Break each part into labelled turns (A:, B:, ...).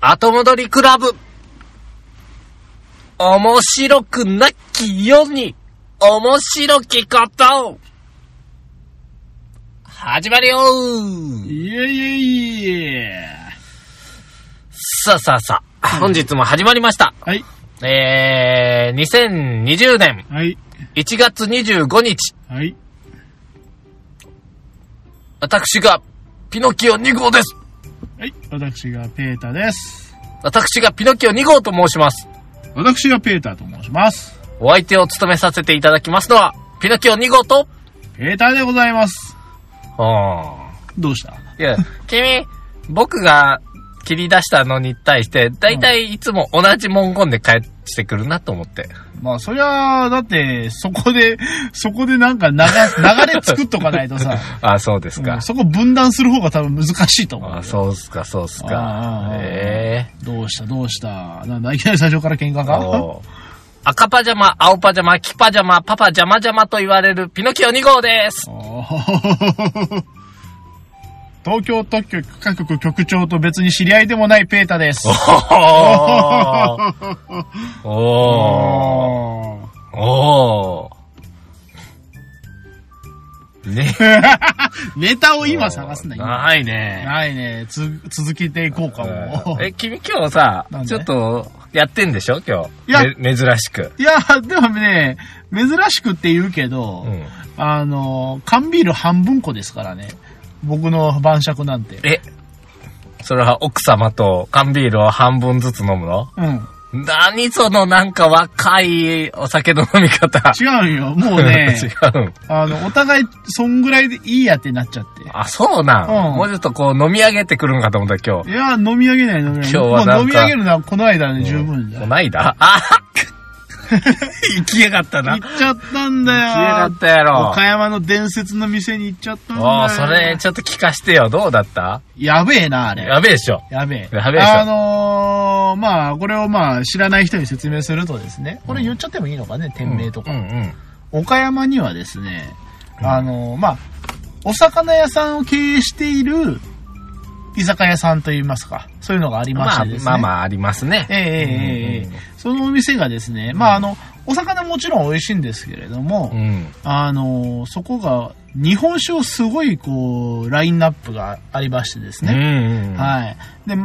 A: 後戻りクラブ。面白くなきように、面白きことを。始まるよー
B: いえいえいえ。
A: さあさあさあ、本日も始まりました。
B: はい。
A: えー、2020年
B: はい。
A: 1月25日、
B: はい。
A: 私がピノキオ2号です。
B: はい。私がペータです。
A: 私がピノキオ2号と申します。
B: 私がペータと申します。
A: お相手を務めさせていただきますのは、ピノキオ2号と、
B: ペータでございます。
A: はーん。
B: どうした
A: いや、君、僕が切り出したのに対して、だいたいいつも同じ文言で返してくるなと思って。
B: まあ、そりゃ、だって、そこで、 そこでなんか流、 流れ作っとかないとさ、
A: あ、そうです
B: う
A: か
B: ん。そこ分断する方が多分難しいと思う
A: あ、。そうっすか、そうっすか
B: あ。ー
A: え
B: どうしたどうしたなんだいきなり最初から喧嘩
A: え
B: か
A: おう赤パジャマ、青パジャマ、黄パジャマ、パパジャマジャマと言われるピノキオ2号です。
B: おー 東京特許許可局局長と別に知り合いでもないペータです。
A: おお お
B: おー
A: おーね
B: ネタを今探すんだ、今。
A: ないね。
B: ないね。つ、続けていこうか、もう。
A: え、君今日さ
B: なん、で
A: ちょっと、やってんでしょ今
B: いや
A: 日。め珍しく。
B: いや、でもね、珍しくって言うけど、
A: うん。
B: あの、缶ビール半分個ですからね。僕の晩酌なんて。
A: え、それは奥様と缶ビールを半分ずつ飲むの
B: うん。
A: 何そのなんか若いお酒の飲み方。
B: 違うよ。もうね、
A: 違うん。
B: あの、お互い、そんぐらいでいいやってなっちゃって。
A: あ、そうなん。
B: うん
A: もうちょっとこう飲み上げてくるんかと思った今日。
B: いや、飲み上げない、飲
A: 今
B: み上げない。
A: 日はなんか
B: もう飲み上げるのはこの間で十分じゃん。
A: こないだあはっ行きやがったな。
B: 行
A: 行き
B: っちゃったんだよ。
A: やがったやろ。
B: 岡山の伝説の店に行っちゃったんだよ。
A: おーそれ、ちょっと聞かしてよ。どうだった
B: やべえな、あれ。
A: やべえでしょ。
B: やべえ。
A: やべえでしょ
B: あのー、まあ、これをまあ、知らない人に説明するとですね、これ言っちゃってもいいのかね、店名と
A: う
B: か。
A: んうん。
B: 岡山にはですね、あのー、まあ、お魚屋さんを経営している居酒屋さんといいますか、そういうのがありま
A: ま
B: して
A: あ
B: ですね。
A: まあまあありますね。
B: ええええええ
A: うんうんうん
B: そのお店がですね、まああの、お魚もちろん美味しいんですけれども、
A: うん。
B: あのー、そこが、日本酒をすごいこう、ラインナップがありましてですね、
A: ねは
B: はい。で、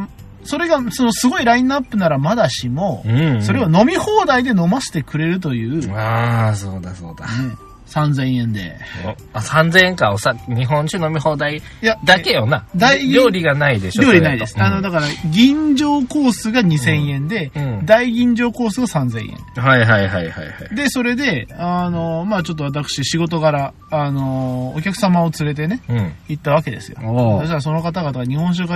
B: それが、そのすごいラインナップならまだしも、
A: い
B: それを飲み放題で飲ませてくれるという、ね、
A: ああ、そうだそうだ。
B: 3000円で。
A: あ、3000円か、おさ、日本酒飲み放題
B: いや、
A: だけよな。
B: 大
A: 料理がないでしょ。
B: 料理ないです。
A: それ
B: あ
A: だ
B: の、
A: と
B: だから、銀醸コースが2000円で、
A: うんうん
B: 大銀醸コースが3000円。
A: うんはいはいはいはいはい。
B: で、それで、あの、まあちょっと私仕事柄、あの、お客様を連れてね、
A: うん。
B: 行ったわけですよ。
A: お
B: そしたらその方々が日本酒が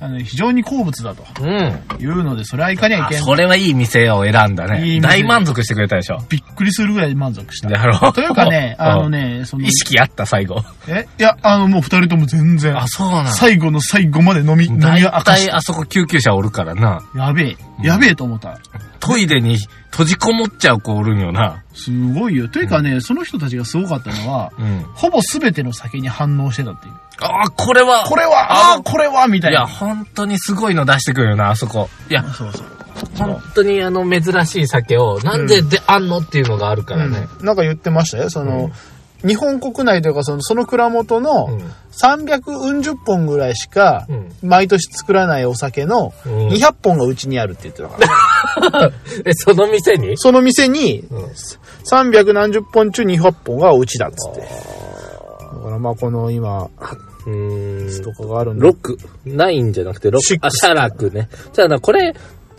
B: あの非常に好物だと
A: うん。
B: いうので、それはいかにゃい
A: あ
B: けん。
A: それはいい店を選んだ
B: いい
A: ね。
B: 店
A: 大満足してくれたでしょ。
B: びっくりするぐらい満足した。
A: だろう。
B: というかね、
A: うん
B: あの。ね、その
A: 意、識あった、最後。
B: え、いや、あの、もう二人とも全然、
A: あ、そうなん
B: 最後の最後まで飲み、飲み
A: 大
B: 明かし
A: 体あそこ救急車おるからな。
B: やべえ、やべえと思った。
A: トイレに閉じこもっちゃう子おるんよな。
B: すごいよ。というかね、その人たちがすごかったのは、
A: うん。
B: ほぼ全ての酒に反応してたっていう。
A: ああ、これは。
B: これは、
A: あ
B: ああー、これは、みたい
A: いや、
B: な。
A: 本当にすごいの出してくるよな、あそこ。いや、
B: そうそう。
A: 本当にあの珍しい酒を、なんでであんのっていうのがあるからね。
B: うんなんか言ってましたよ。その、日本国内というか、その、その蔵元
A: う
B: の
A: ん
B: 340本ぐらいしか
A: うん、
B: 毎年作らないお酒の
A: うん
B: 200本がうちにあるって言ってたから。
A: え、その店に
B: その店に
A: うん。
B: 300何十本中200本がうちだっつって。だからまあこの今、
A: うん。
B: とかがあるんだ
A: ロック。ないんじゃなくて、ロ
B: シ
A: ック。
B: ック
A: あ、シャラクね。じゃあな、これ、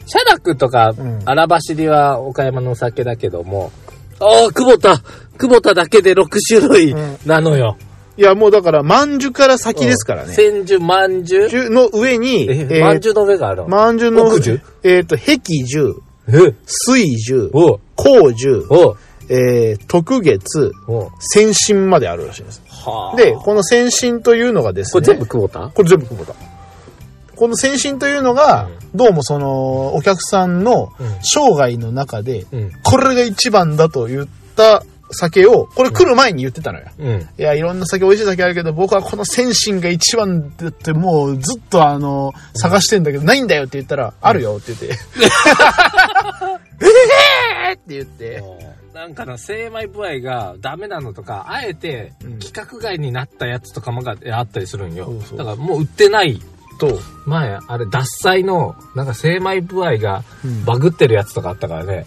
A: シャラクとか
B: ん、
A: 荒走りは岡山のお酒だけども、ああ、久保田、久保田だけで6種類
B: うん
A: なのよ。
B: いやもうだから、まんじゅから先ですからね。
A: 千住饅頭
B: 中の上に、え
A: え、饅
B: ー
A: 頭の上があるの
B: まんじゅの
A: 奥十、
B: えっと、壁十、
A: え、
B: 水十、
A: おう、
B: 甲十、
A: おう、
B: えー、特月、
A: おう。
B: 先進まであるらしいです。
A: はあ
B: で、この先進というのがです
A: こ
B: ね、
A: れ全部久保田
B: これ全部久保田。この先進というのが、どうもその、お客さんの
A: うん
B: 生涯の中で、
A: うん。
B: これが一番だと言った酒を、これ来る前に言ってたのよ。
A: うん。
B: いや、いろんな酒、美味しい酒あるけど、僕はこの先進が一番だって、もうずっとあの、探してんだけど、ないんだよって言ったら、あるよって言っ て。ええーって言って。
A: なんかの精米具合がダメなのとか、あえて
B: うん
A: 規格外になったやつとかもがあったりするんよ。
B: そうそう
A: だからもう売ってない。
B: と、
A: 前、あれ、脱菜の、なんか精米具合が
B: うん
A: バグってるやつとかあったからね。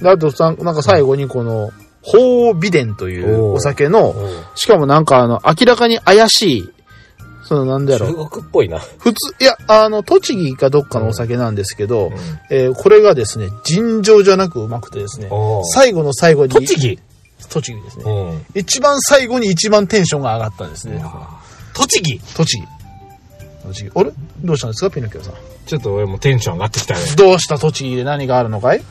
B: であとさ、なんか最後にこの、鳳凰美伝という
A: おー
B: お酒の、しかもなんかあの、明らかに怪しい、そのなんだろう。
A: 中国っぽいな。
B: 普通、いや、あの、栃木かどっかのお酒なんですけど、えーこれがですね、尋常じゃなくうまくてですね
A: おー、
B: 最後の最後に、
A: 栃木
B: 栃木ですね。
A: うん。
B: 一番最後に一番テンションが上がったんですね。
A: 栃木
B: 栃木。栃木。あれどうしたんですか、ピノキオさん。
A: ちょっと俺もテンション上がってきたね。
B: どうした栃木で何があるのかい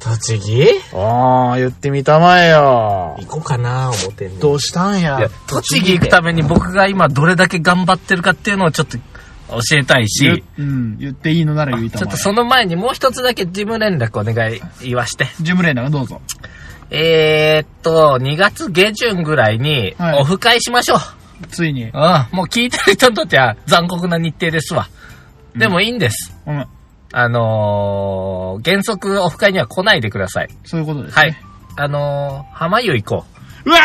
A: 栃木
B: ああ、言ってみたまえよ。
A: 行こうかな、思ってんね
B: どうしたんや。
A: 栃木行くために僕が今どれだけ頑張ってるかっていうのをちょっと教えたいし、
B: うん、言っていいのなら言い
A: ちょっとその前にもう一つだけ事務連絡お願い言わして。
B: ジムレーナーどうぞ。
A: えー、っと、2月下旬ぐらいに
B: はい
A: オフ会しましょう。
B: ついに。
A: うん、もう聞いてる人にとっては残酷な日程ですわ。でもいいんです。
B: うん、
A: あのー、原則オフ会には来ないでください。
B: そういうことで
A: はい。。あのー、浜湯行こう。
B: うわ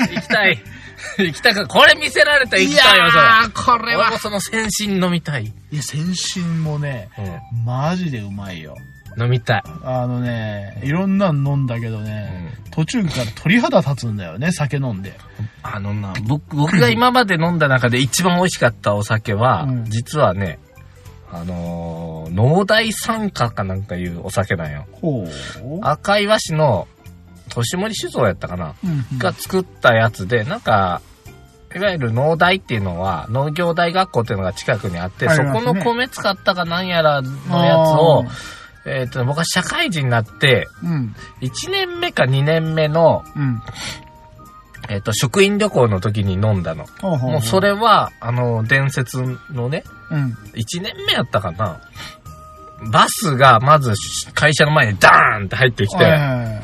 A: 行きたい。 行きたく、これ見せられたら
B: ー
A: 行きたいよ、それ。
B: ー、こ
A: 俺も。その先進飲みたい。
B: いや、先進もね、マジでうまいよ。
A: 飲みたい。
B: あのね、いろんなの飲んだけどね、途中から鳥肌立つんだよね、酒飲んで。
A: あのな、僕、僕が今まで飲んだ中で一番美味しかったお酒は、
B: うん
A: 実はね、あのー、農大参加かなんかいうお酒なんよ。
B: ほう。
A: 赤い和紙の、年森酒造やったかな、
B: うんうん
A: が作ったやつで、なんか、いわゆる農大っていうのは、農業大学校っていうのが近くにあって、
B: あり
A: そ
B: ます
A: こ
B: ね
A: の米使ったかなんやらのやつを、えっ、と、僕は社会人になって、
B: うん、
A: 1年目か2年目の、
B: うん。
A: えっ、と、職員旅行の時に飲んだの。
B: ほうほう
A: もうそ、れは、あの、伝説のね、
B: うん。
A: 1年目やったかな。バスがまずし会社の前にダーンって入ってき
B: はい
A: て、
B: はいはい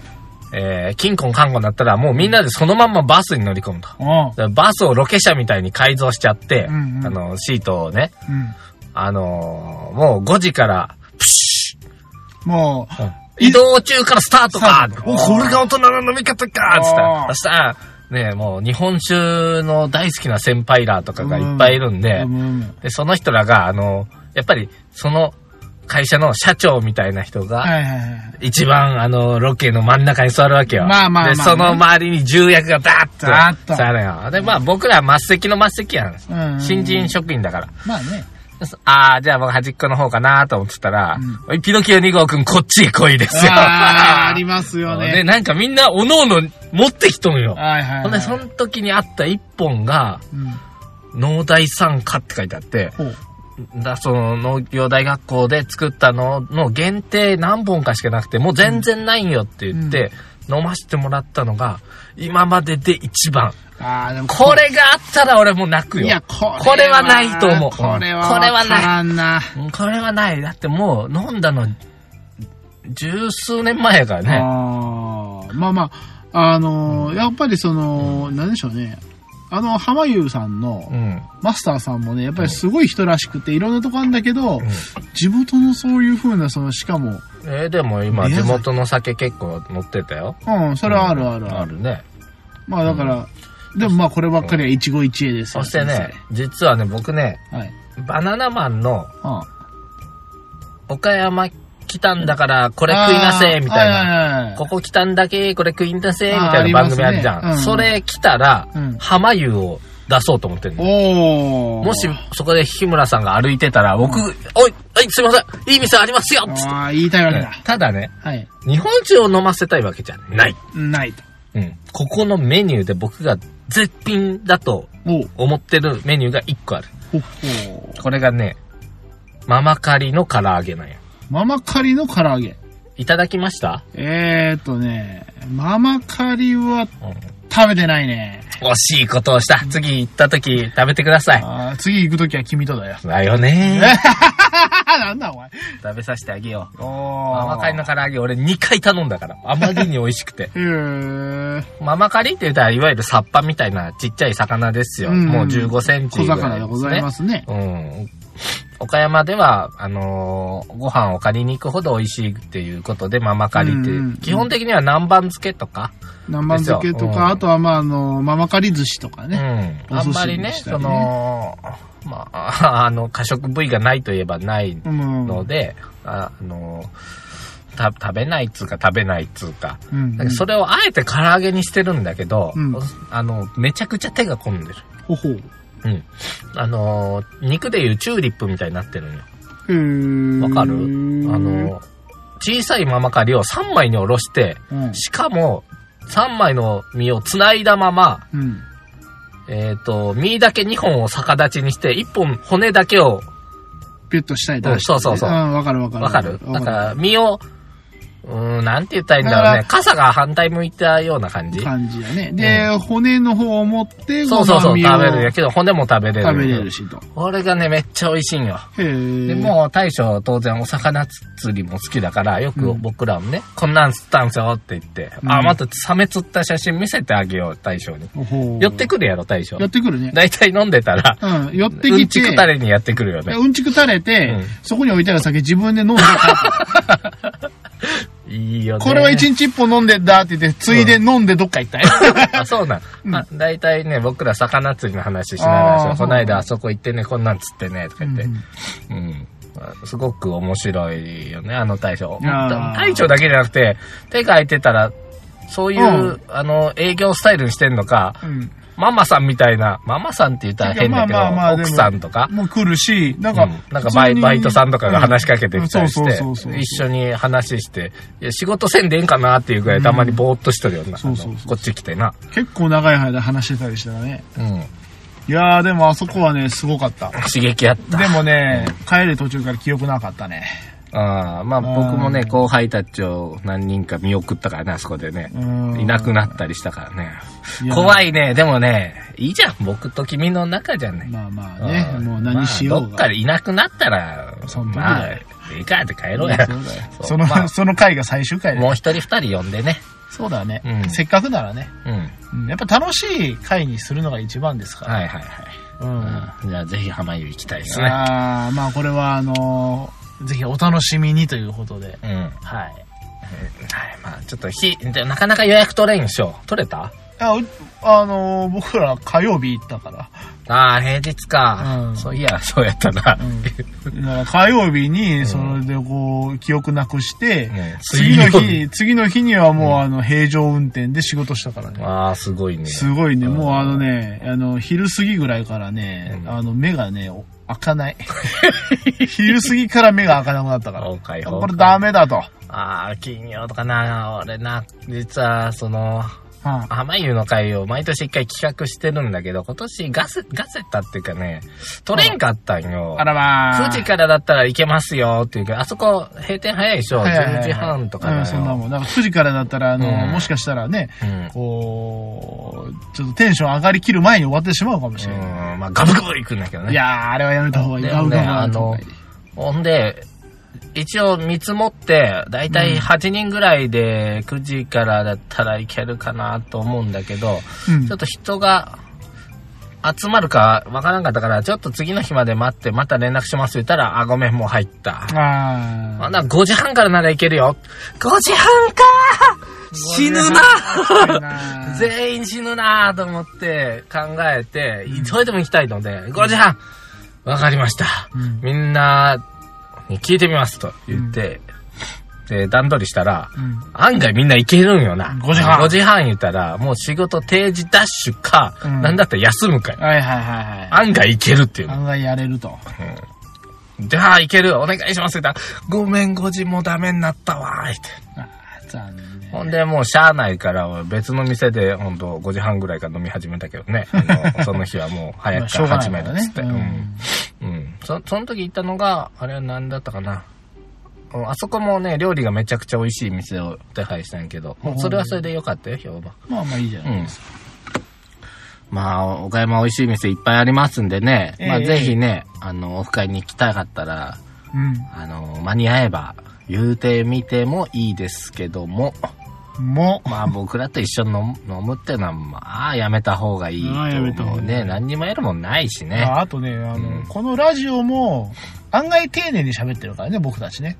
A: えー、金婚看護になったらもうみんなでそのまんまバスに乗り込むと。
B: あ
A: だからバスをロケ車みたいに改造しちゃって、
B: うんうん
A: あの、シートをね、
B: あうん。
A: あのーもう5時から、プシュッ
B: もう、
A: 移動中からスタートか
B: スタート
A: お、これが大人の飲み方かつった
B: あー
A: ら、そしたら、ね、もう日本酒の大好きな先輩らとかがいっぱいいるんで、
B: うんうん
A: で、その人らが、あの、やっぱり、その会社の社長みたいな人が、
B: はいはいはい。
A: 一番、あの、ロケの真ん中に座るわけよ。
B: まあまあまあね
A: で、その周りに重役がダー
B: ダー
A: ッ
B: ッと
A: と。座るよ。で、まあ僕らは末席の末席やん。
B: うんうん
A: 新人職員だから。
B: まあね。
A: ああ、じゃあ僕端っこの方かなと思ってたら
B: うん、
A: おいピノキオ2号くんこっちへ 来いですよ。
B: あーありますよ
A: で、
B: ね。
A: なんかみんな、おのおの持ってきとんよ。
B: はいはいはい。
A: ほんで、その時にあった一本が、
B: うん
A: 農大参加って書いてあって、
B: ほう
A: だその農業大学校で作ったのの限定何本かしかなくて、もう全然ないんよって言って、飲ませてもらったのが、今までで一番。
B: ああ、でも
A: これがあったら俺もう泣く
B: い
A: よ。
B: や、これは。
A: これはないと思う
B: これは。
A: これはない
B: わからんな。
A: うんこれはない。だってもう飲んだの、十数年前やからね。
B: あーまあまあ、あのーやっぱりその、なんでしょうね。あの、浜優さんの
A: うん。
B: マスターさんもね、やっぱりすごい人らしくて、いろんなとこあるんだけ
A: ん
B: ど、地元のそういう風な、その、しかも、
A: えーでも今、
B: 宮
A: 地
B: 崎
A: 元の酒結構乗ってたよ。
B: うん、それはあるあるあ
A: あ
B: る。
A: るね。
B: まあだから、でもまあこればっかりは一期一会ですよ
A: そしてね、、実はね、僕ね、
B: 先生はい。
A: バナナマンの
B: あ
A: 岡山来たんだからこれ食いなせ、みたいな。
B: な
A: ここ来たんだけ、これ食いんだせ、み
B: あー
A: たいな番組あるじゃ
B: あ
A: ん。
B: りますねう
A: そ
B: ん
A: れ来たら、
B: うん
A: 浜湯を出そうと思ってるの。
B: おー
A: もし、そこで日村さんが歩いてたら、僕、おい、おい、すいません、いい店ありますよつっ
B: ああ、言いたいわけ
A: て
B: だ。
A: ただね、
B: はい。
A: 日本酒を飲ませたいわけじゃない。
B: ないと。
A: うん。ここのメニューで僕が絶品だと
B: おう
A: 思ってるメニューが1個ある。
B: ほっほ
A: これがね、ママカリの唐揚げなんや。
B: ママカリの唐揚げ。
A: いただきました
B: えーっとね、ママカリは
A: うん。
B: 食べてないね。
A: 惜しいことをした。次行った時食べてください。
B: あー次行くときは君とだよ。
A: だよね
B: なんだお前。
A: 食べさせてあげよう。
B: おー。。
A: ママカリの唐揚げ俺2回頼んだから。あまりに美味しくて
B: へー。
A: ママカリって言ったらいわゆるサッパみたいなちっちゃい魚ですよ。
B: うん
A: もう15センチ
B: 小
A: ぐらいです、ね。
B: 魚でございますね。
A: うん。岡山では、あのーご飯を借りに行くほど美味しいっていうことで、ママカリって、
B: うんうん
A: 基本的には南蛮漬けとか、
B: 生漬けと
A: ですようん
B: か、あとはまあ、あの、ママカリ寿司とかね。
A: うん。
B: お
A: あん
B: 寿
A: ま
B: 司
A: りね、
B: にした
A: そ
B: りね
A: の、まあ、 あの、過食部位がないといえばない
B: うん。
A: ので、ああのた食べないっつうか食べないっつうか。
B: うん。
A: だからそれをあえて唐揚げにしてるんだけど、
B: うん
A: あの、めちゃくちゃ手が込んでる。
B: ほほう。
A: うん。あの、肉でいうチューリップみたいになってるのよ。
B: へー。
A: わかるあ、の、小さいママカリを3枚におろして、
B: うん。
A: しかも、3枚の実を繋いだまま、
B: うん。
A: えっ、と、実だけ2本を逆立ちにして、1本骨だけを、
B: ピュッと下に出して、、
A: うんそうそうそうん
B: わかるわかる。
A: わかる
B: わ
A: だから、実を、うーん、なんて言ったらいいんだろうね。傘が反対向いたような感じ。
B: 感じやね。で、骨の方を持って、
A: そうそうそう、
B: ご
A: 食
B: まみを
A: べるんやけど、骨も食べれる。
B: 食べれるしと。
A: これがね、めっちゃ美味しいんよ。
B: へえ。
A: で、もう大将当然お魚釣りも好きだから、よく
B: うん
A: 僕らもね、こんなん釣ったんすよって言って、
B: うん
A: あ、またサメ釣った写真見せてあげよう、大将に。
B: ほほう
A: 寄ってくるやろ、大将
B: 寄。ってくるね。
A: 大体飲んでたら、
B: うん、寄ってきて。
A: うんちくたれにやってくるよ
B: いや
A: ね。
B: うんちく垂れて、
A: うん
B: そこに置いてある酒自分で飲んでた。
A: いいよね。
B: これは一日一本飲んでんだって言って、ついで飲んでどっか行ったよ。
A: あ、そうなん。
B: うん
A: あ大体ね、僕ら魚釣りの話しながら
B: あ
A: さ、
B: ー
A: この間あそこ行ってね、こんなん釣ってね、とか言って
B: う。ん
A: うん。すごく面白いよね、あの大将。
B: あー
A: 大将だけじゃなくて、手が空いてたら、そういう、
B: うん
A: あの、営業スタイルにしてんのか、
B: うん
A: ママさんみたいな、ママさんって言ったら変だけど、
B: いやまあまあまあでも
A: 奥さんとか、
B: もう来るし、なん
A: う
B: か、
A: んなんかバイバイトさんとかが話しかけてきたりし
B: うん
A: て
B: そうそうそうそ、う
A: 一緒に話して、いや仕事せんでええんかなっていうぐらいたまにぼーっとしとるよな、あ
B: そう
A: の
B: そうそうそう
A: こっち来てな。
B: 結構長い間話してたりしたらね。
A: うん。
B: いやー、でもあそこはね、すごかった。
A: 刺激あった。
B: でもね、帰る途中から記憶なかったね。
A: ああ、まあ
B: ん
A: 僕もね、後輩たちを何人か見送ったからね、あそこでね
B: う。ん
A: いなくなったりしたからね。
B: いや
A: 怖いね。でもね、いいじゃん。僕と君の中じゃね。
B: まあまあね、
A: ん
B: もう何しよ
A: まあ
B: うが。
A: どっかでいなくなったら、
B: そんなもん
A: まあ、
B: だ
A: い
B: よ
A: いかって帰ろう
B: そう
A: や。
B: だよ
A: そう
B: その、
A: まあ
B: その回が最終回だよ
A: もう一人二人呼んでね。
B: そうだね、
A: うん
B: せっかくならね、
A: うん。
B: うんやっぱ楽しい回にするのが一番ですから。
A: はいはい
B: うん
A: はい。じゃあぜひ浜湯行きたいですね。
B: あーまあこれはあのーぜひお楽しみにということで。
A: うん。はい。
B: はい。
A: まあちょっと日、でなかなか予約取れんでしょ。取れた
B: あ、うあのー僕ら火曜日行ったから。
A: ああ、平日か。
B: うん
A: そういや、そうやったな。
B: だから火曜日に、それでこう、記憶なくして、
A: ね
B: 次の
A: 水曜
B: 日、次の日にはもうあの、平常運転で仕事したからね。
A: ああ、すごいね。
B: すごいね、もうあのね、あの、昼過ぎぐらいからね
A: う、ん
B: あの、目がね、お開 かない。昼過ぎから目が開かなくなったから。
A: 崩壊崩壊
B: これダメだと。
A: ああ、金曜とかな、俺な、実は、その、
B: うん
A: 浜湯の会を毎年一回企画してるんだけど、今年ガセ、ガセタっていうかね、取れんかったんよ
B: あ。らまあ。
A: 9時からだったらいけますよっていうか、あそこ閉店早いでしょ、
B: はいはいは
A: 10
B: い
A: 時半とかだよ、
B: うん、そんなもん。だから9時からだったら、あの、
A: うん
B: もしかしたらね、
A: うん
B: こう、ちょっとテンション上がりきる前に終わってしまうかもしれない。
A: うん、まあガブガブ行くんだけどね。
B: いやー、あれはやめた方がいい。
A: で
B: ガ
A: も
B: ブ
A: ね、
B: ガブは
A: あ
B: やめた方
A: の
B: がいい。、
A: ほんで、一応見積もって、だいたい8人ぐらいで9時からだったらいけるかなと思うんだけど、
B: うん
A: ちょっと人が集まるかわからんかったから、ちょっと次の日まで待って、また連絡しますって言ったら、あ、ごめん、もう入った。
B: あー
A: あな5時半からならいけるよ。5時半か死ぬな
B: 怖いな
A: 全員死ぬなと思って考えて、急いでも行きたいので、5時半わかりました。
B: うん
A: みんなに聞いてみますと言って、で、段取りしたら、
B: うん
A: 案外みんな行けるんよな。
B: 5時半
A: 5時半言ったら、もう仕事定時ダッシュか、
B: うん
A: なんだったら休むかよ。
B: はいはいはいは
A: 案外行けるっていう
B: い。
A: の。
B: 案外やれると。
A: じゃあ行ける、お願いしますって言ったら、ごめん5時もダメになったわ、って。
B: あー残念。
A: ほんで、もう、しゃあないから、別の店で、ほんと、5時半ぐらいから飲み始めたけど ね。あのその日はもう、早
B: まあ
A: く
B: し
A: か
B: ょう
A: ら
B: が
A: 始
B: ない
A: め
B: か
A: る
B: ら
A: っつ
B: ね
A: って。。うん。うん。そ、その時行ったのが、あれは何だったかな。うんあそこもね、料理がめちゃくちゃ美味しい店を手配したんやけど、もうそれはそれでよかったよ、評判。
B: うんまあまあいいじゃないですか。
A: まあ、岡山美味しい店いっぱいありますんでね、
B: ええ
A: まあぜひね、あの、オフ会に来たかったら、
B: う
A: あの、間に合えば言うてみてもいいですけど も、
B: ん。も
A: まあ僕らと一緒に飲む飲むってのは、まあやめた方がいい
B: ああやめた
A: と
B: 方
A: 思
B: が
A: う
B: いい
A: ね。何にも得るもんないし
B: う、
A: ね。
B: ああとね、あの、
A: うん
B: このラジオも、案外丁寧に喋ってるからね、僕たちね。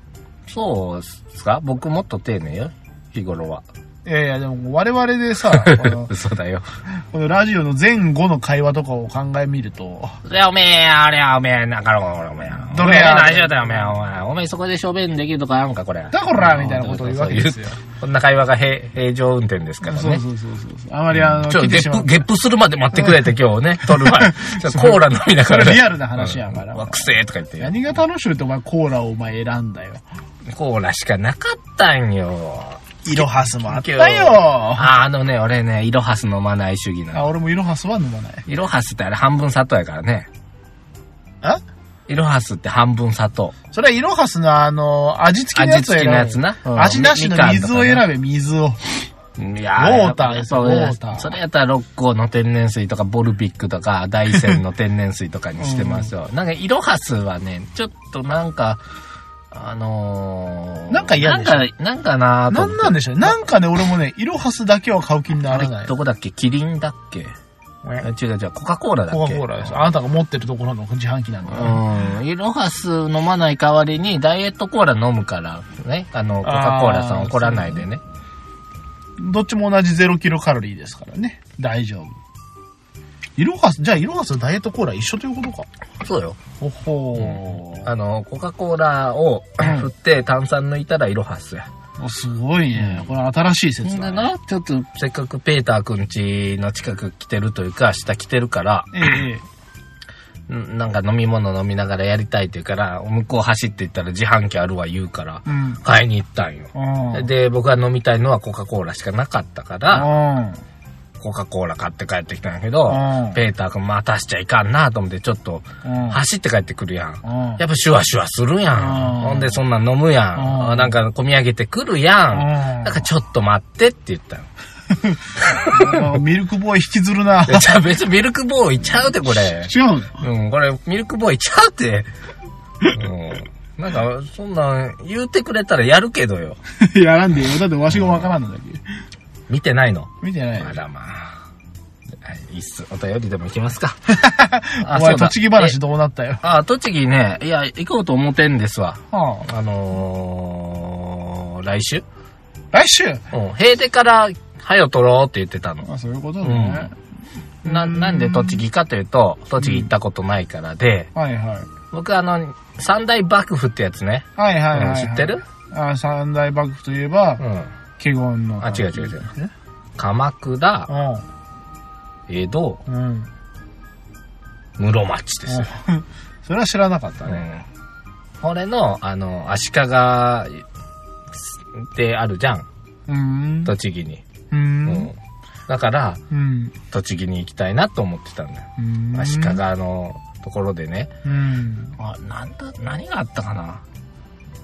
A: そうっすか僕もっと丁寧よ。日頃は。
B: いやいや、でも我々で さ、この
A: 嘘だよ。
B: このラジオの前後の会話とかを考えみると、
A: それおめえや、あれや、おめえ、なんかの、おめえや。
B: どれや
A: おめえ大丈夫だよ、おめえ、お前。おめえそこで小便できるとかあるんか、これ。
B: だこらみたいなことを言うわけですよ。
A: こんな会話が平平常運転ですからね。
B: そうそうそうそう。あまりあの、
A: ちょ、
B: 聞い
A: ゲ
B: てし
A: ッ
B: まう
A: プ、。ゲップするまで待ってくれって今日 ね、撮る前。ちょコーラ飲みながらね。
B: それリアルな話やから
A: うんわ、くせえとか言って。
B: 何が楽しいってお前コーラをお前選んだよ。
A: コーラしかなかったんよ。
B: イロハスもあった
A: 今日
B: よ。
A: あ、あのね、俺ね、イロハス飲まない主義な
B: あ、
A: の。
B: 俺もイロハスは飲まない。
A: イロハスってあれ半分砂糖やからね。
B: あ
A: イロハスって半分砂糖。
B: それはイロハスのあの、味付きのやつを選
A: 味付き
B: べ。
A: のやつなうん
B: 味なしの水を
A: みみか
B: 選べ、水
A: い
B: を。ウォーターですよ
A: やっ
B: ウォータ
A: ぱ
B: ー
A: それやったら六甲の天然水とか、ボルビックとか、大山の天然水とかにしてますよ。なんか、イロハスはね、ちょっとなんか、あのー、
B: なんか嫌でしょ
A: なんか、なんかなーと
B: な
A: 思っ
B: ん
A: て。
B: なんでしょうね。なんかね、俺もね、イロハスだけは買う気になら
A: あ
B: な
A: れ
B: い。
A: どこだっけキリンだっけえ
B: ね
A: 違う違う、コカ・コーラだっけ
B: コカ・コーラです。あなたが持ってるところの自販機なんだよ。
A: うん。イロハス飲まない代わりに、ダイエットコーラ飲むから、ね。あの、コカ・コーラさん怒らないでね。
B: どっちも同じゼロキロカロリーですからね。大丈夫。イロハス、じゃあイロハスとダイエットコーラ一緒ということか。
A: そうよ。
B: ほほー。
A: あの、コカ・コーラを 振って炭酸抜いたらイロハスや。
B: おすごいね。これ新しい
A: ほ
B: 説
A: ん
B: だ
A: で
B: ね。
A: な、ちょっと、せっかくペーターくんちの近く来てるというか、下来てるから、
B: ええええ。
A: んなんか飲み物飲みながらやりたいって言うから、向こう走って行ったら自販機あるわ言うから、
B: うん。
A: 買いに行ったんよ。
B: うん。
A: で、僕が飲みたいのはコカ・コーラしかなかったから、
B: うん。
A: コカ・コーラ買って帰ってきたんやけど
B: うん、
A: ペーター君待たしちゃいかんなと思って、ちょっと
B: うん。
A: 走って帰ってくるやん。
B: うん
A: やっぱシュワシュワするや
B: うん
A: ん。ほんで、そんなん飲むやん。
B: うん
A: なんか、込み上げてくるやん。
B: うん
A: だから、ちょっと待ってって言ったの。
B: あミルクボーイ引きずるな。
A: いや じゃあ別にミルクボーイちゃうって、これ。
B: 違うの
A: うん、これ、ミルクボーイちゃうって。うん。なんか、そんなん言うてくれたらやるけどよ。
B: やらんでいいよ。だってわしがわからんのだけ。
A: 見てないの。
B: 見てない。
A: まだまあ。はいいいっす。お便りでも行きますか。
B: お前、栃木話
A: え
B: どうなったよ。
A: あ、栃木ね。いや、行こうと思ってんですわ。
B: はあ、
A: あのー、来週
B: 来週
A: うん。平手から、はよ取ろうって言ってたの。
B: あ、そういうことね。
A: な、なんで栃木かというと、栃木行ったことないからで、
B: はいはい。
A: 僕あの、三大幕府ってやつね。
B: はいはいはい、
A: うん
B: はい
A: 知ってる
B: あ三大幕府といえば
A: う、ん。
B: 華厳の。
A: あ違う違う違う鎌倉、江戸、
B: うん。うん。
A: 室町ですよ。
B: それは知らなかった
A: う
B: ね。
A: ん。これの、あの、足利ってあるじゃん。
B: うん。
A: 栃木に。
B: う。。
A: うんだから、
B: うん。
A: 栃木に行きたいなと思ってたんだよ。
B: うん。
A: 足利のところでね。
B: うん。
A: あ、なんだ、何があったかな。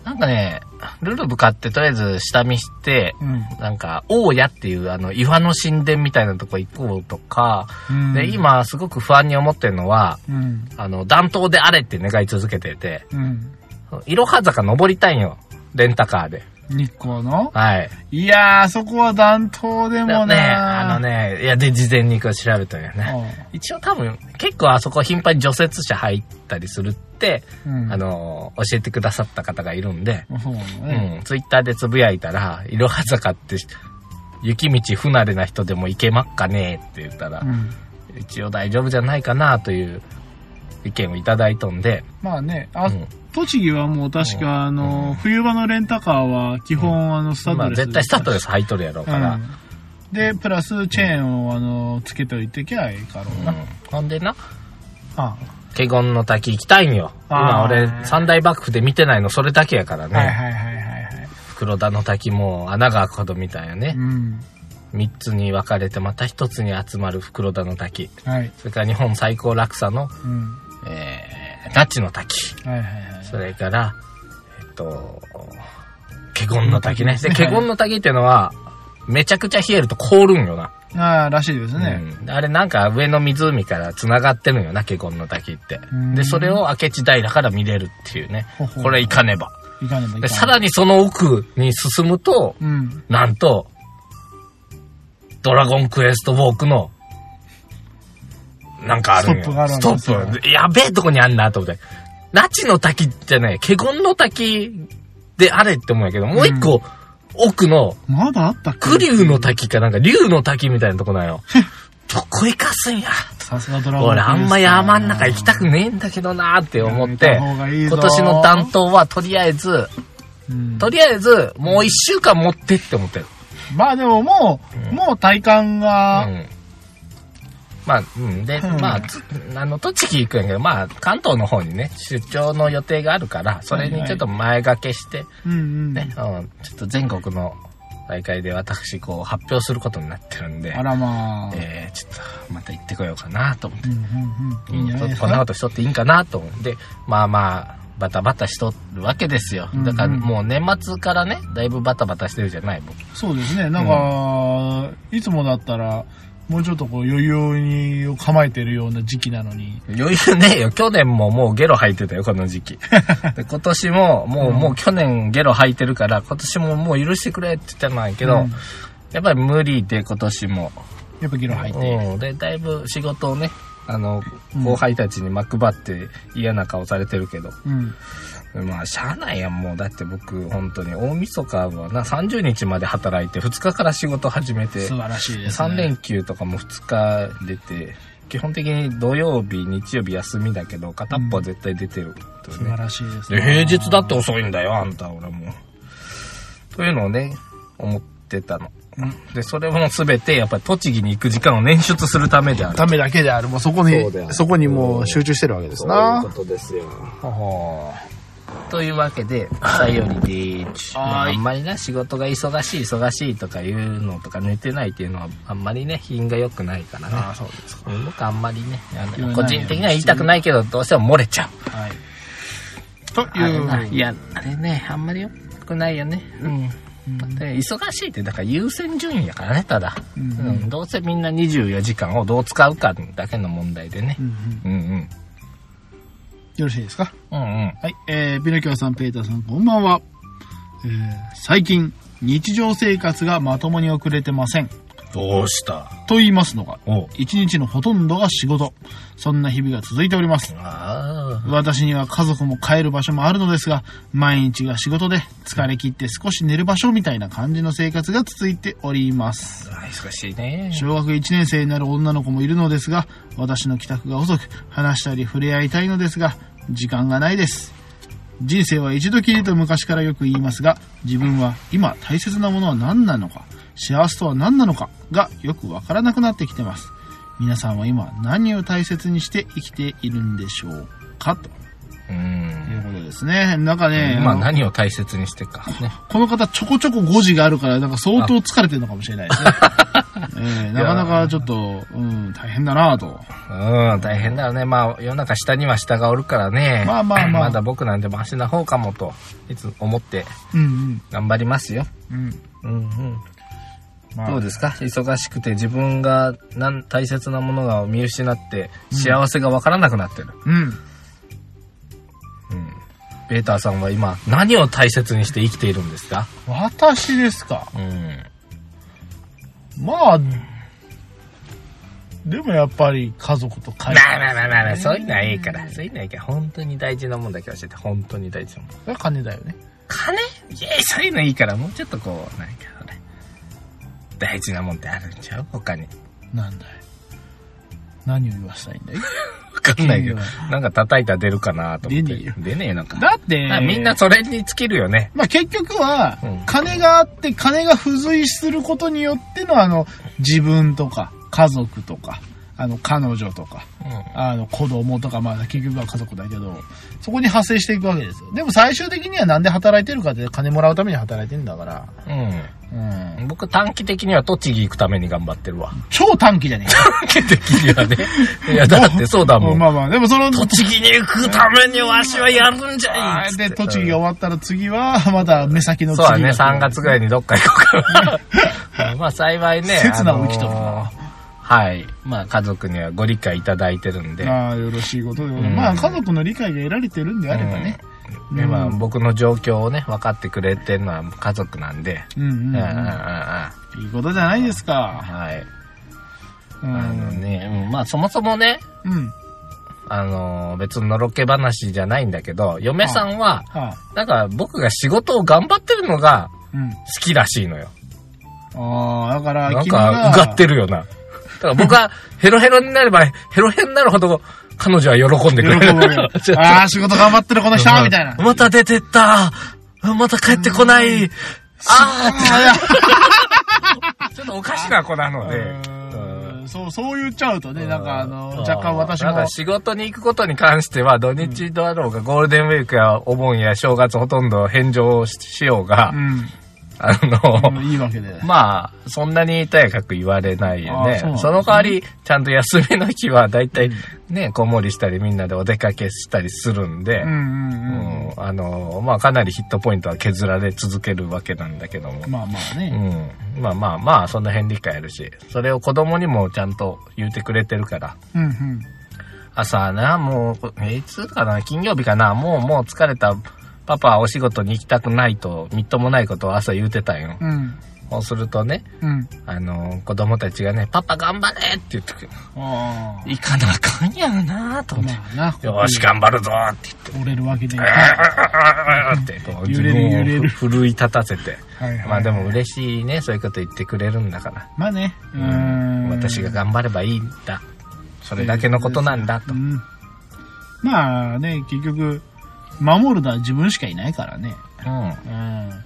A: なんかね、ルルブ買ってとりあえず下見して、
B: うん。
A: なんか、大家っていう、あの、岩の神殿みたいなとこ行こうとか、
B: うん。
A: で、、今、すごく不安に思ってるのは、
B: うん。
A: あの、暖冬であれって願い続けてて、
B: うん。
A: いろは坂登りたいんよ。レンタカーで。
B: 日光の
A: はい。
B: いやー、そこは暖冬で
A: だ
B: も
A: ね、
B: ね。
A: あのね、いや、で、事前にこう調べたんよね。一応多分、結構あそこ頻繁に除雪車入ったりするって、
B: うん。うん
A: あ、の、教えてくださった方がいるんで、
B: そうなの
A: う
B: ね。
A: ん、ツイッターでつぶやいたら、いろは坂って、雪道不慣れな人でも行けまっかねって言ったら、
B: うん
A: 一応大丈夫じゃないかなという意見をいただいたんで、
B: まあね、あ、
A: うん
B: 栃木はもう
A: う
B: 確
A: ん
B: か、あの、冬場のレンタカーは基本、あの、スタッ
A: ま
B: ド
A: あ
B: レス。
A: 絶対スタッドレス履いとるやろうから、
B: うんで、プラスチェーンを、あの、つけておいてきゃいいかろうな。
A: うんほんでな、
B: あ
A: 華厳の滝行きたいんよ。今
B: あー
A: 俺、三大幕府で見てないのそれだけやからね。
B: はいはいはいはいはい。
A: 黒田の滝も穴が開くほどみたいよね
B: う。ん。
A: 三、つに分かれてまた一つに集まる黒田の滝。
B: はい。
A: それから日本最高落差の、
B: うん。
A: えー、那智の滝。
B: はいはいはい。
A: それから、えっと、華厳の滝ね。で、華厳の滝っていうのは、めちゃくちゃ冷えると凍るんよな。
B: ああ、らしいですね。
A: うんあれなんか上の湖から繋がってるんよな、華厳の滝って
B: ん。
A: で、それを明智平から見れるっていうね
B: ほほ。
A: これ行かねば。
B: いかねばいかねば。
A: で、さらにその奥に進むと、
B: うん。
A: なんと、ドラゴンクエストウォークの、なんかあるんよ
B: ストップがあるわ
A: ス
B: け
A: ト
B: ですよ
A: ップ。やべえとこにあんなと思って。那智の滝じゃない、華厳の滝であれって思うんやけど、もう一個、奥の、
B: まだあったっけ
A: クリュウの滝かなんか、竜の滝みたいなとこなんよ。 どこ行かすんや。
B: さすがドラゴンク
A: 俺
B: エスト
A: あんま山ん中行きたくねえんだけどなーって思って
B: やめた方がいいぞ
A: 今年の担当はとりあえず、
B: うん
A: とりあえずもう一週間持ってって思ってる。
B: まあでももう、もう体感
A: う
B: が、
A: ん。まあ、うん。で、
B: うん
A: まあ、つあの、栃木行くんやけど、まあ、関東の方にね、出張の予定があるから、それにちょっと前掛けして、
B: うんうん。
A: ね、うん、ちょっと全国の大会で私、こう、発表することになってるんで、
B: あらまあ。
A: えー、ちょっと、また行ってこようかなと思って
B: うんうんうん。
A: いいんじゃないですかこんな
B: か
A: ことしとっていいんかなと思うんで、まあまあ、バタバタしとるわけですよ
B: うんう。ん
A: だからもう年末からね、だいぶバタバタしてるじゃない、僕。
B: そうですね。なんか、いつもだったら、もうちょっとこう余裕に構えてるような時期なのに。
A: 余裕ねえよ。去年ももうゲロ吐いてたよ、この時 期。で今年も、もう、もう去年ゲロ吐いてるから、今年ももう許してくれって言ったんだけど、
B: うん
A: やっぱり無理で今年も。
B: やっぱ議論入って。
A: うん、で、だいぶ仕事をね、あの、後輩たちにまくばって嫌な顔されてるけど、
B: うん。
A: まあ、しゃあないやん、もう。だって僕、本当に、大晦日はな、30日まで働いて、2日から仕事始めて
B: 素、晴らしいですね。
A: 3連休とかも2日出て、基本的に土曜日、日曜日休みだけど、片っぽは絶対出てる、と
B: 素
A: ね
B: 晴らしいです
A: で
B: ね。
A: 平日だって遅いんだよ、あんた、俺も。というのをね、思ってたの。で、それも全て、やっぱり栃木に行く時間を捻出するためである。
B: ためだけである。もうそこ
A: そうであ
B: に、
A: る
B: そこにもう集中してるわけです
A: とい
B: な
A: う。ことですよ。というわけで、さよりでーち。まあ
B: はーい
A: あんまりな、仕事が忙しい、忙しいとかいうのとか、寝てないっていうのは、あんまりね、品が良くないからね。
B: あ、そうですか。
A: 僕あんまりね、あ
B: 言わ
A: の
B: ない
A: 個人的には言いたくないけど、どうしても漏れちゃう。
B: はい。と
A: あれな
B: いう。
A: いや、あれね、あんまり良くないよね。うん。で忙しいって、だから優先順位やからね、ただ。
B: う
A: うんん、どうせみんな24時間をどう使うかだけの問題でね
B: う。んうん
A: うんうん。
B: よろしいですか
A: うんうん。
B: はい、えー、ピノキオさん、ペーターさん、こんばんは。えー、最近、日常生活がまともに遅れてません。
A: どうした
B: と言いますのが、
A: お
B: 一日のほとんどが仕事。そんな日々が続いております。
A: ああ。
B: 私には家族も帰る場所もあるのですが、毎日が仕事で疲れ切って少し寝る場所みたいな感じの生活が続いております。
A: 忙しいね。
B: 小学1年生になる女の子もいるのですが私の帰宅が遅く話したり触れ合いたいのですが時間がないです人生は一度きりと昔からよく言いますが自分は今大切なものは何なのか幸せとは何なのかがよくわからなくなってきてます皆さんは今何を大切にして生きているんでしょうかと
A: う
B: い
A: ん。
B: うことですねなんかね、
A: まあ
B: あの
A: 何を大切にしてか。ね。
B: この方ちょこちょこ5時があるから、なんか相当疲れてるのかもしれないですね。えーなかなかちょっと、うん、大変だなぁと。
A: うん、大変だよね。まあ世の中下には下がおるからね。
B: まあまあまあ
A: まだ僕なんでマシな方かもと、いつ思って
B: うん
A: 頑張りますよ。
B: うん。うん。
A: うんうん。
B: まあ、
A: どうですか忙しくて自分がなん大切なものが見失って幸せがわからなくなってる。
B: うん。
A: うん。ベーターさんは今何を大切にして生きているんですか
B: 私ですか。
A: うん。
B: まあ、でもやっぱり家族と会
A: まあまあまあまあまあ、そういうのはいいから、そういうのはいいから、本当に大事なもんだけ教えて、本当に大事なもん。
B: が金だよね。
A: 金いや、そういうのいいから、もうちょっとこう、なんかほら、大事なもんってあるんちゃう他に。
B: なんだい。何を言わせたいんだい
A: わかんないけど
B: いい、
A: なんか叩いたら出るかなと思って。
B: 出ねえよ
A: 出ねえのか。
B: だって
A: まあ、みんなそれに尽きるよね。
B: まあ結局は
A: うん、
B: 金があって金が付随することによってのあの、自分とか家族とか、あの彼女とか、
A: う
B: あの子供とか、まあ結局は家族だけど、そこに発生していくわけですよ。でも最終的にはなんで働いてるかって金もらうために働いてんだから、
A: ん。うん。
B: うん。
A: 僕短期的には栃木行くために頑張って るわ。
B: 超短期じゃねえか。
A: 短期的には ね。いや、だってそうだもん。
B: まあまあ、でもその、
A: 栃木に行くためにわしはやるんじゃいっつって
B: で、栃木が終わったら次は、まだ目先の
A: そうだね、
B: 次
A: 3
B: が
A: 月ぐらいにどっか行こうかな。 まあ幸いね。
B: 刹那を生きとるな
A: あのーはい。まあ家族にはご理解いただいてるんで。
B: まあ、よろしいことで、
A: ん
B: まあ、家族の理解が得られてるんであればね。
A: うんで
B: うん
A: まあ僕の状況をね、分かってくれてるのは家族なんで。
B: うんうん、
A: うんう
B: う
A: ん
B: ん
A: うんうんはい
B: いことじゃないですか。
A: い。あ
B: う
A: の
B: ん。
A: ね、うんまあそもそもね、
B: うん。
A: あのー、別にのろけ話じゃないんだけど、嫁さんは、
B: はあ。
A: なんか僕が仕事を頑張ってるのが
B: うん。
A: 好きらしいのよ。
B: ああ、だから、
A: なん
B: 君が
A: か、うがってるよな。だから僕 はヘロヘロになれば、ヘロヘロになるほど彼女は喜んでくれ
B: 喜ぶ わけ
A: る
B: よ。ああ、仕事頑張ってるこの人、みたいな。
A: また出てったまた帰ってこないあーって。ちょっとおかしな子なので。
B: うんそう、そう言っちゃうとね、なんかあの、若干私
A: なん
B: も
A: か、仕事に行くことに関しては、土日だろうが、ゴールデンウィークやお盆や正月ほとんど返上ししようが、
B: う
A: あの、
B: ん、いいわ けで。
A: まあ、そんなにとやかく言われないよ
B: あ
A: ね。
B: そうなん
A: そ
B: ですね
A: の代わり、ちゃんと休みの日は、だいたいね、こもりしたり、みんなでお出かけしたりするんで、
B: うんうん
A: うんあの、まあ、かなりヒットポイントは削られ続けるわけなんだけども
B: うん。。まあまあ
A: う
B: ね。
A: ん。まあまあまあ、その辺理解あるし、それを子供にもちゃんと言うてくれてるから、
B: うんうん。
A: 朝な、もう、えいつかな、金曜日かな、もう、もう疲れた、パパはお仕事に行きたくないと、みっともないことを朝言うてたんよ。
B: うん。
A: そうするとね、
B: うん。
A: あの、子供たちがね、パパ頑張れって言ってくる。
B: ああ。
A: 行かなあかんやろなあと思って。
B: まあな。
A: よーし、頑張るぞーって
B: ここに折れるわけで。
A: 言って、あーってこう自
B: 揺れる揺れ
A: 分を
B: る
A: 奮い立たせて。
B: はいはい
A: まあでも嬉しいね、そういうこと言ってくれるんだから。
B: まあね。うん。
A: 私が頑張ればいいんだ。それだけのことなんだと
B: う。ん。まあね、結局、守るのは自分しかいないからね。
A: うん。
B: うん。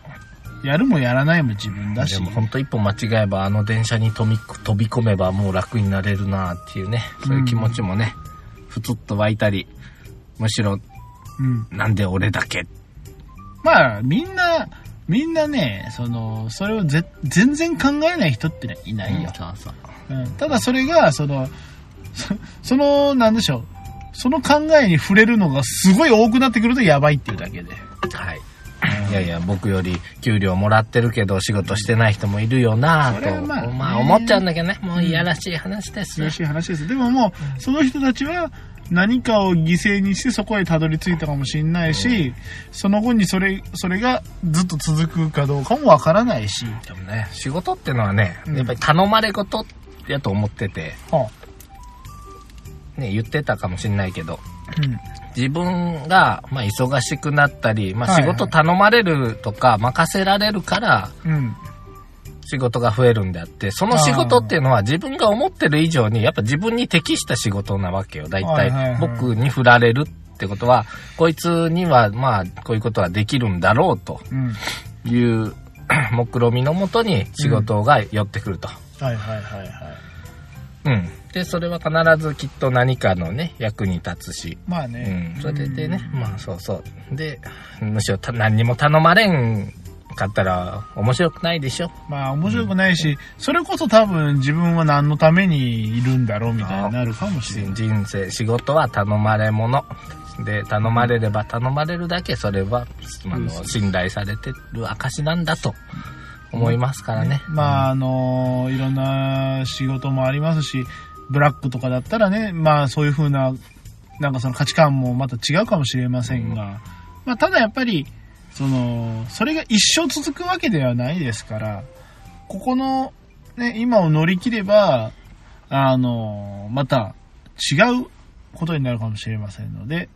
B: やるもやらないも自分だ
A: で
B: し。
A: も本当一歩間違えばあの電車に飛び飛び込めばもう楽になれるなあっていうね、そういう気持ちもね、ふつっと湧いたり、むしろ
B: うん。
A: なんで俺だけ
B: まあ、みんな、みんなね、その、それをぜ全然考えない人ってのはいないよ。
A: そうそう。
B: うんただそれがそのそそのなんでしょうその考えに触れるのがすごい多くなってくるとやばいっていうだけで
A: はい。いやいや、僕より給料もらってるけど仕事してない人もいるよな
B: そ
A: ぁ
B: れは
A: と、
B: ま
A: ま
B: あ
A: あ、
B: ね
A: 思っちゃうんだけどね。もういやらしい話です。
B: らしい話ですでももうその人たちは何かを犠牲にしてそこへたどり着いたかもしれないしその後にそれそれがずっと続くかどうかもわからないし、
A: でもね、仕事ってのはね、
B: うん
A: やっぱり頼まれ事やと思ってて、
B: は
A: ね、言ってたかもしんないけど、
B: あうん
A: 自分が、まあ、忙しくなったり、まあ、
B: はい
A: 仕
B: はい
A: 事頼まれるとか、任せられるから、
B: うん
A: 仕事が増えるんであって、その仕事っていうのは自分が思ってる以上に、やっぱ自分に適した仕事なわけよ。大
B: はいはいは
A: 体
B: い、
A: 僕に振られるってことは、こいつには、まあ、こういうことはできるんだろうと
B: うん
A: いう 目論みのもとに仕事が寄ってくると。
B: はいはいはいはい
A: うん。で、それは必ずきっと何かのね、役に立つし、
B: まあ
A: う
B: ね、
A: ん、それでね、まあそうそう。で、むしろた何にも頼まれんかったら面白くないでしょ。
B: まあ面白くないし、それこそ多分自分は何のためにいるんだろうみたいになるかもしれない
A: 人生、仕事は頼まれもの。で、頼まれれば頼まれるだけ、それは、あの、信頼されてる証なんだと思いますからね。
B: まあ、あのいろんな仕事もありますし、ブラックとかだったらね、まあそういう風な、なんかその価値観もまた違うかもしれませんが、まあただやっぱり、その、それが一生続くわけではないですから、ここの、ね、今を乗り切れば、あのまた違うことになるかもしれませんので、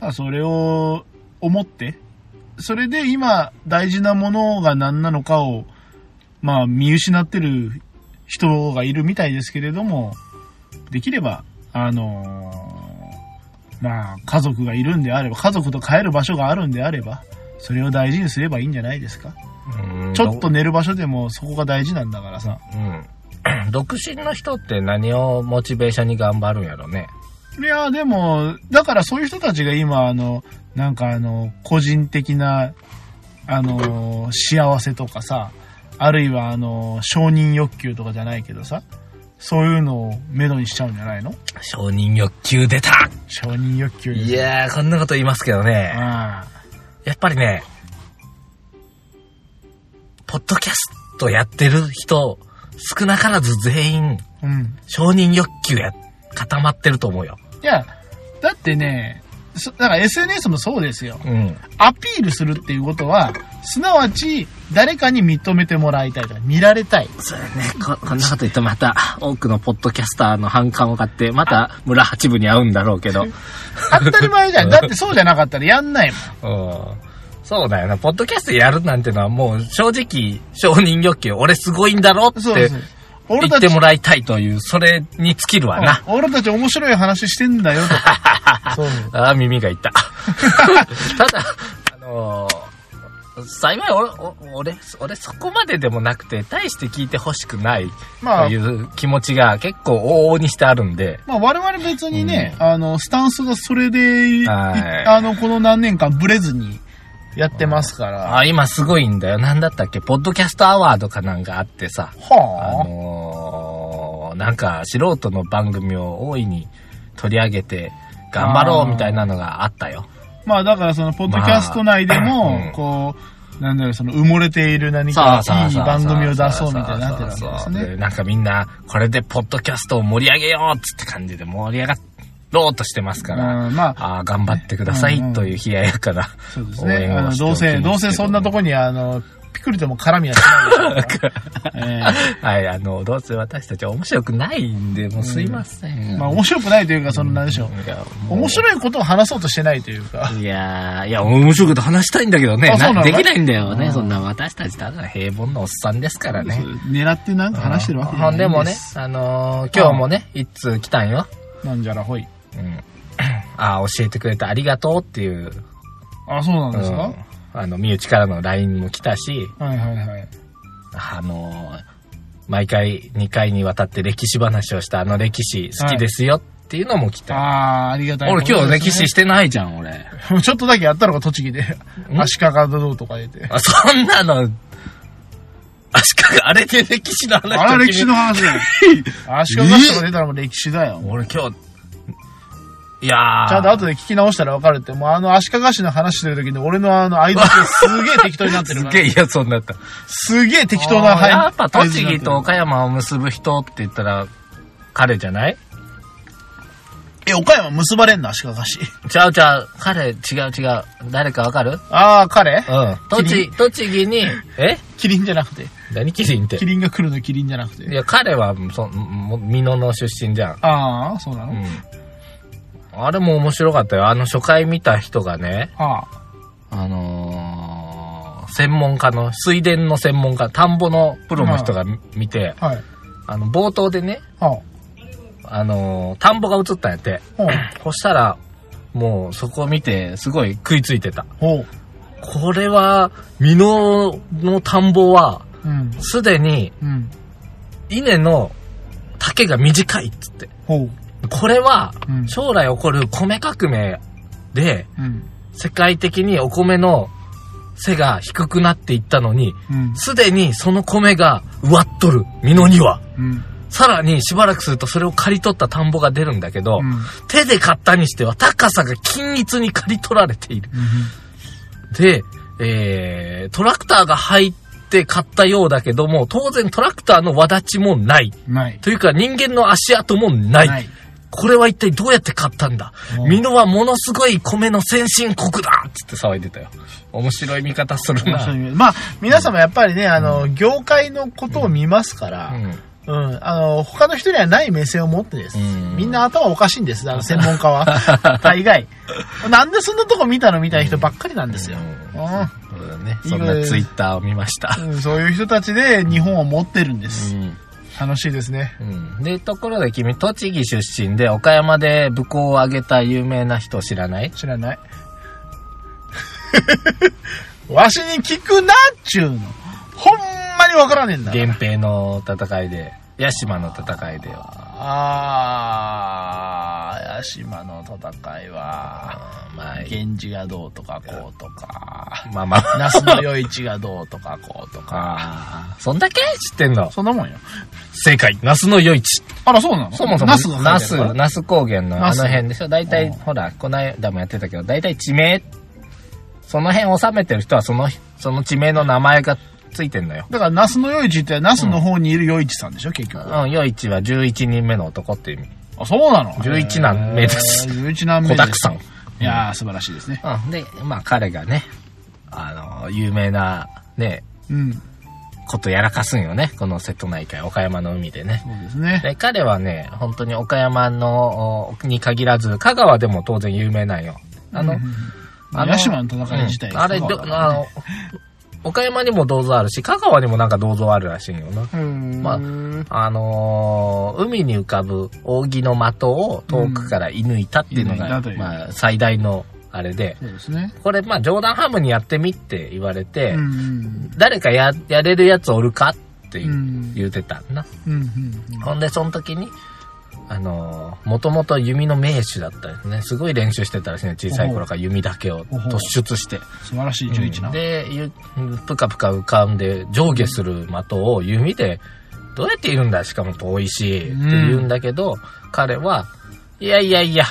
B: まあそれを思って、それで今大事なものが何なのかを、まあ、見失ってる人がいるみたいですけれども、できれば、あのーまあ、家族がいるんであれば、家族と帰る場所があるんであれば、それを大事にすればいいんじゃないですか。
A: うん
B: ちょっと。寝る場所でもそこが大事なんだからさ。
A: うん。 独身の人って何をモチベーションに頑張るんやろね。
B: いやーでも、だからそういう人たちが今、あの、なんかあの、個人的な、あのー、幸せとかさ、あるいはあのー、承認欲求とかじゃないけどさ、そういうのを目処にしちゃうんじゃないの
A: 承認欲求出た
B: 承認欲求
A: いやー、こんなこと言いますけどね。
B: あ
A: やっぱりね、ポッドキャストやってる人、少なからず全員、
B: うん。
A: 承認欲求や、固まってると思うよ。
B: いや、だってね、そだから SNS もそうですよ。
A: うん。
B: アピールするっていうことは、すなわち、誰かに認めてもらいたいとか、見られたい。
A: そうだねこ。こんなこと言ってまた、多くのポッドキャスターの反感を買って、また村八部に会うんだろうけど。
B: 当たり 前じゃん。だってそうじゃなかったらやんないもん。
A: うんそうだよな。ポッドキャストやるなんてのはもう正直、承認欲求、俺すごいんだろって
B: そうそう。俺
A: 言
B: た
A: っ
B: ち
A: て、もらいたいという、それに尽きるわな。
B: うん俺たち面白い話してんだよと か。そう。
A: ああ、耳が 痛い。ただ、あのー幸い俺、お俺、俺そこまででもなくて、大して聞いてほしくない
B: まあ
A: という気持ちが結構往々にしてあるんで、
B: まあ我々別にね、あの、スタンスがそれで、い
A: はい
B: あの、この何年間ブレずにやってますから。
A: ああ、今すごいんだよ。なんだったっけポッドキャストアワードかなんかあってさ、あ
B: は
A: のーなんか素人の番組を大いに取り上げて、頑張ろうみたいなのがあったよ。
B: あ。まあだからその、ポッドキャスト内でも、
A: まあうん
B: こう、なんだろう、その、埋もれている何
A: さ
B: か
A: あさあ
B: いい
A: さあ
B: 番組を出そうみたいになってるわけです
A: そうそうそう
B: ね。
A: なんかみんな、これでポッドキャストを盛り上げようっつって感じで盛り上がろうとしてます
B: う
A: か
B: ん、
A: ら、
B: まあ、
A: ああ、頑張ってくださいという冷ややかな
B: そうです
A: 応
B: ね。
A: 援
B: あ
A: を
B: の
A: して
B: ど
A: おきま
B: う
A: すけど
B: せ、
A: ね
B: どうせそんなとこに、あの、ピクリとも絡みはしないですから。え
A: はい、あの、どうせ私たちは面白くないんで、もうすいません。
B: えまあ、面白くないというか、その、なんでしょう。
A: いや、もう
B: 面白いことを話そうとしてないというか。
A: いやーいや、面白いこと話したいんだけどね
B: あそうな。の
A: なできないんだよ
B: う
A: ね。
B: ん
A: そんな私たちただ平凡なおっさんですからね。
B: 狙ってなんか話してるわけじゃ
A: ほん
B: な
A: で
B: い
A: も
B: ん
A: ね
B: す。、
A: あのー今日もね、一通来たんよ。
B: なんじゃらほい。
A: うん。ああ、教えてくれてありがとうっていう
B: あ、そうなんですか、
A: うん、あの、身内からの LINE も来たし、
B: はいはいはい。
A: あのー毎回2回にわたって歴史話をしたあの歴史好きですよっていうのも来
B: あ
A: た。
B: あ、ありがたいこと
A: 俺
B: ですね、
A: 今日歴史してないじゃん、俺。
B: ちょっとだけやったのが栃木で、足利がどうとか言って。
A: あ、そんなの、足利、あれで歴史の話
B: あら、歴史
A: の。
B: の話だよ。足利市とか出たらもう歴史だよ。
A: 俺今日、いやー。
B: ちゃんと後で聞き直したら分かるって、もうあの足利市の話してる時に俺のあの相槌がすげえ適当になってる
A: す
B: から。
A: げえ嫌そうになった。
B: すげえ適当な
A: あーやっぱ
B: 相槌
A: 栃
B: になっ
A: 木
B: てる
A: と岡山を結ぶ人って言ったら、彼じゃない
B: え、岡山結ばれんの足利市。
A: ちゃうちゃう。彼、違う違う。誰かわかる
B: ああ、彼
A: うん。
B: キリ
A: 栃、栃木に、え
B: キリンじゃなくて。
A: 何キリンって
B: キ。リンが来るのキリンじゃなくて。
A: いや、彼は、そ、も美濃の出身じゃん。
B: ああ、そうなの、
A: うん。あれも面白かったよ。あの初回見た人がね、
B: ああ。
A: あのー専門家の、水田の専門家、田んぼのプロの人が見て、
B: はい。
A: あの、冒頭でね、
B: ああ。
A: あのー田んぼが映ったんやって。
B: ほう。
A: そしたら、もうそこを見て、すごい食いついてた。
B: ほう。
A: これは、美濃の田んぼは、
B: うん。
A: すでに
B: うん。
A: 稲の丈が短いっつって。
B: ほう。
A: これは
B: うん
A: 将来起こる米革命で
B: うん。
A: 世界的にお米の背が低くなっていったのに、
B: うん。
A: すでにその米が植わっとる、実のには。
B: うん。
A: さらにしばらくするとそれを刈り取った田んぼが出るんだけど、
B: うん
A: 手で刈ったにしては高さが均一に刈り取られている。
B: う
A: で、えー、トラクターが入って刈ったようだけども、当然トラクターの輪立ちもない。
B: ん。ない。
A: というか人間の足跡もない。。これは一体どうやって買ったんだ
B: うん
A: 美濃はものすごい米の先進国だっつって騒いでたよ。面白い見方する
B: 面白
A: な。
B: いねまあ、皆様やっぱりね、あの、業界のことを見ますから、うん、あの、他の人にはない目線を持ってです。
A: うん
B: みんな頭おかしいんです、あの、専門家 は。大概。なんでそんなとこ見たのみたいな人ばっかりなんですよ。う
A: そうだね。
B: いい
A: そん
B: ぐら
A: ないツイッターを見ました。
B: ん。うんそういう人たちで日本を持ってるんです。楽しいですね。
A: うんで、ところで君、栃木出身で岡山で武功を挙げた有名な人知らない
B: 知らない。 わしに聞くなっちゅうの。ほんまにわからねえんだ。
A: 源平の戦いで、屋島の戦いでよ。
B: あー、八島の戦いは、
A: あーまあ、
B: 源氏がどうとかこうとか、
A: まあまあ。
B: 那須の与一がどうとかこうとか。
A: あーそんだけ知ってんの
B: そんなもんよ。
A: 正解。那須の夜市。
B: あら、そうなの
A: そもそも、
B: 那須が
A: 那
B: 書いて
A: 須、
B: あるから
A: 那須高原の
B: 那
A: あ
B: 須
A: の辺でしょ大
B: うん
A: 体、ほら、この間もやってたけど、大体地名、その辺を収めてる人は、その、その地名の名前がついてんのよ。
B: だから、ナスの与一って、ナスの方にいる与一さんでしょ、結局。
A: うん、よいちは11人目の男って意味。
B: あ、そうなの
A: 11男目です
B: えー11男目
A: 子
B: です。
A: だくさん。
B: いやー、素晴らしいですね。
A: うん、で、まあ彼がね、あの、有名な、ね、
B: うん。
A: ことやらかすんよね。この瀬戸内海、岡山の海でね。
B: そうですね。
A: で彼はね、本当に岡山のおに限らず、香川でも当然有名なんよ。あの、あの
B: 屋島の戦い自体
A: うんあれ、どあの、岡山にも銅像あるし、香川にもなんか銅像あるらしいんよな。まあ
B: ま
A: あのー海に浮かぶ扇の的を遠くから射抜いたっていうの
B: うん射抜
A: が、
B: いたという
A: まあ、最大のあれで、
B: そうですね。
A: これ、まあ、冗談半分にやってみって言われて、
B: うんうん
A: 誰かや、やれるやつおるかっていう
B: うん
A: 言うてたんな。
B: うんうん
A: ほんで、その時に、あのー、もともと弓の名手だったんですね。すごい練習してたらしいね。小さい頃から弓だけを
B: ほう
A: 突出して。
B: 素晴らしい11な。
A: で、ゆぷかぷか浮かんで上下する的を弓で、どうやっているんだしかも遠いし、って言うんだけど、彼は、いやいやいや、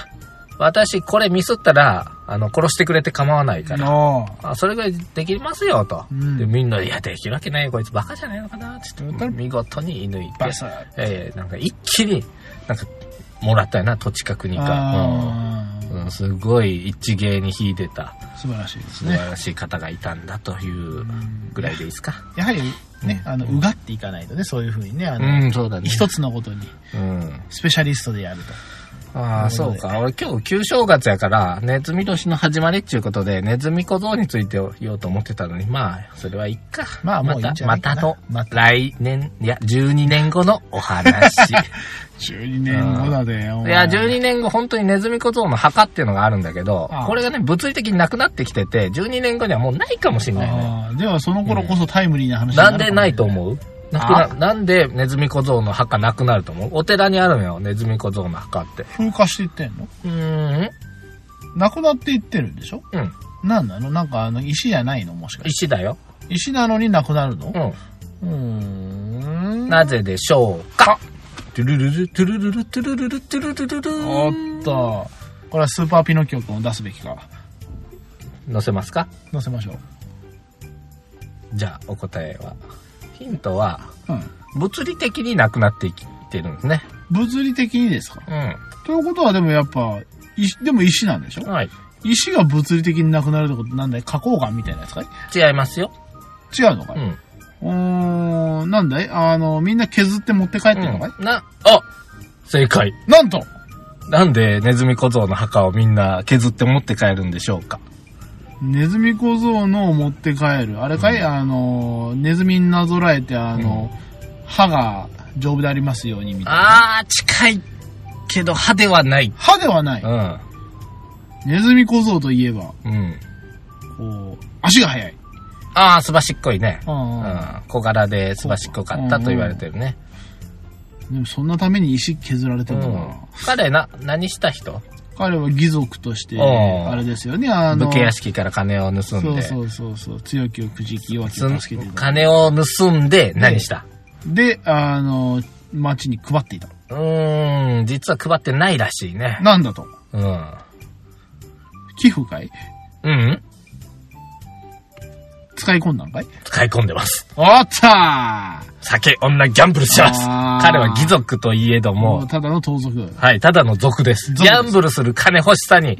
A: 私これミスったら、あの、殺してくれて構わないから、
B: ああ
A: あそれぐらいできますよ、と。
B: うん
A: で、みんな、いや、できるわけないよ、こいつバカじゃないのかな、って言って、見事に射抜いて
B: バサッ、
A: えーなんか一気に、なんか、もらったよな、土地角にか。
B: あ
A: うんうん、すごい一芸に秀でた。
B: あ素晴らしいです
A: 素
B: ね。
A: 晴らしい方がいたんだというぐらいでいいですか。
B: やはり、ね、あの、うがっていかないとね、そういうふうにね、あの、
A: ん、そうだ
B: 一つのことに、
A: うん。
B: スペシャリストでやると。
A: ああ、そうか。俺今日旧正月やから、ネズミ年の始まりっていうことで、ネズミ小僧について言おうと思ってたのに、まあ、それはいいか。
B: まあもういいんじゃないか
A: また、また
B: な
A: の、
B: ま
A: 来年、いや、12年後のお 話。
B: 12年後だで、お
A: い
B: 前
A: や、12年後、本当にネズミ小僧の墓っていうのがあるんだけど
B: ああ、
A: これがね、物理的になくなってきてて、12年後にはもうないかもしれないね。
B: ああでは、その頃こそタイムリーな話に
A: な
B: る
A: ん
B: かも
A: でないと思うなくななんでネズミ小僧の墓なくなると思うお寺にあるのよ、ネズミ小僧の墓って。
B: 風化していってんの
A: うーん、
B: なくなっていってるんでしょ
A: うん。
B: なんなのなんか、あの、石じゃないのもしかして。
A: 石だよ。
B: 石なのになくなるの
A: う
B: うーん
A: ん。なぜでしょうかトゥルルル、トゥルルル、トゥルルル、トゥルルルル
B: おっと。これはスーパーピノキオ君を出すべきか。
A: 載せますか
B: 載せましょう。
A: じゃあ、お答えは。ヒントは、
B: うん。
A: 物理的になくなってきてるんですね。
B: 物理的にですか
A: う
B: ということはでもやっぱ、石、でも石なんでしょ
A: ん。はい。
B: 石が物理的になくなるってことなんだい花崗岩みたいなやつかい
A: 違いますよ。
B: 違うのか
A: う
B: い、
A: ん。
B: うーん、なんだいあの、みんな削って持って帰ってるのかい、
A: うんな、あ正解。
B: なんと
A: なんでネズミ小僧の墓をみんな削って持って帰るんでしょうか
B: ネズミ小僧のを持って帰る。あれかい、あの、ネズミになぞらえて、あの、歯が丈夫でありますようにみたいな。
A: あー、近いけど歯ではない。。
B: 歯ではないう
A: ん。
B: ネズミ小僧といえば、
A: うん。
B: こう、足が速い。
A: あー、すばしっこいね。
B: うん
A: う
B: うん
A: ん。小柄ですばしっこかったと言われてるね。
B: でもそんなために石削られて
A: う
B: るのかな、
A: ん。彼な、何した人
B: 彼は義族として、
A: うん
B: あれですよね、あの、
A: 武家屋敷から金を盗ん
B: そう
A: で。
B: そうそうそう、強きをくじき、弱き
A: つん
B: を助けてた。
A: 金を盗んで何した
B: で、あの、町に配っていた。
A: うーん、実は配ってないらしいね。
B: なんだと
A: うん。
B: 寄付かい
A: うん
B: 使い込んだんかい
A: 使い込んでます。
B: おった
A: 酒、女、ギャンブルします。
B: あー
A: 彼は義族といえど
B: ーも
A: も
B: う、ただの盗賊。
A: はい、ただの族です。
B: 族
A: ギャンブルする金欲しさに、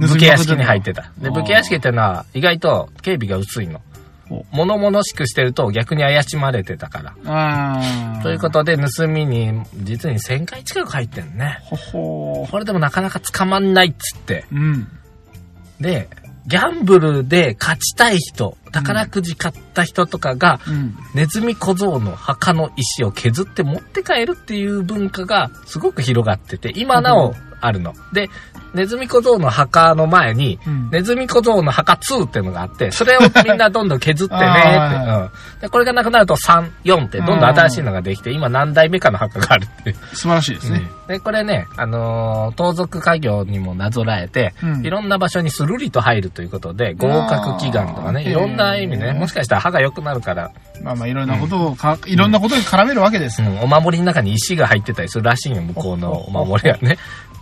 A: 武家屋敷に入ってた。で、
B: あー
A: 武家屋敷ってのは、意外と警備が薄いの
B: ほう。
A: 物々しくしてると逆に怪しまれてたから。
B: ああ。
A: ということで、盗みに、実に1000回近く入ってんね。
B: ほほー
A: これでもなかなか捕まんないっつって。
B: うん。
A: で、ギャンブルで勝ちたい人、宝くじ買った人とかが、
B: うん。
A: ネズミ小僧の墓の石を削って持って帰るっていう文化がすごく広がってて、今なおあるの。で、ネズミ小僧の墓の前に、
B: うん
A: ネズミ小僧の墓2っていうのがあって、それをみんなどんどん削ってね
B: あー
A: って、うんで。これがなくなると3、4ってどんどん新しいのができて、今何代目かの墓があるっていう。
B: 素晴らしいですね。
A: で、これね、あのー盗賊家業にもなぞらえて、
B: うん
A: いろんな場所にスルリと入るということで、合格祈願とか
B: あ
A: ね、
B: ー
A: いろんな意味でね、
B: へー
A: もしかしたら歯が良くなるから、
B: まあまあ、いろんなことをか、いろんなことに絡めるわけです
A: う。ん、お守りの中に石が入ってたりするらしいよ、向こうのお守りはね。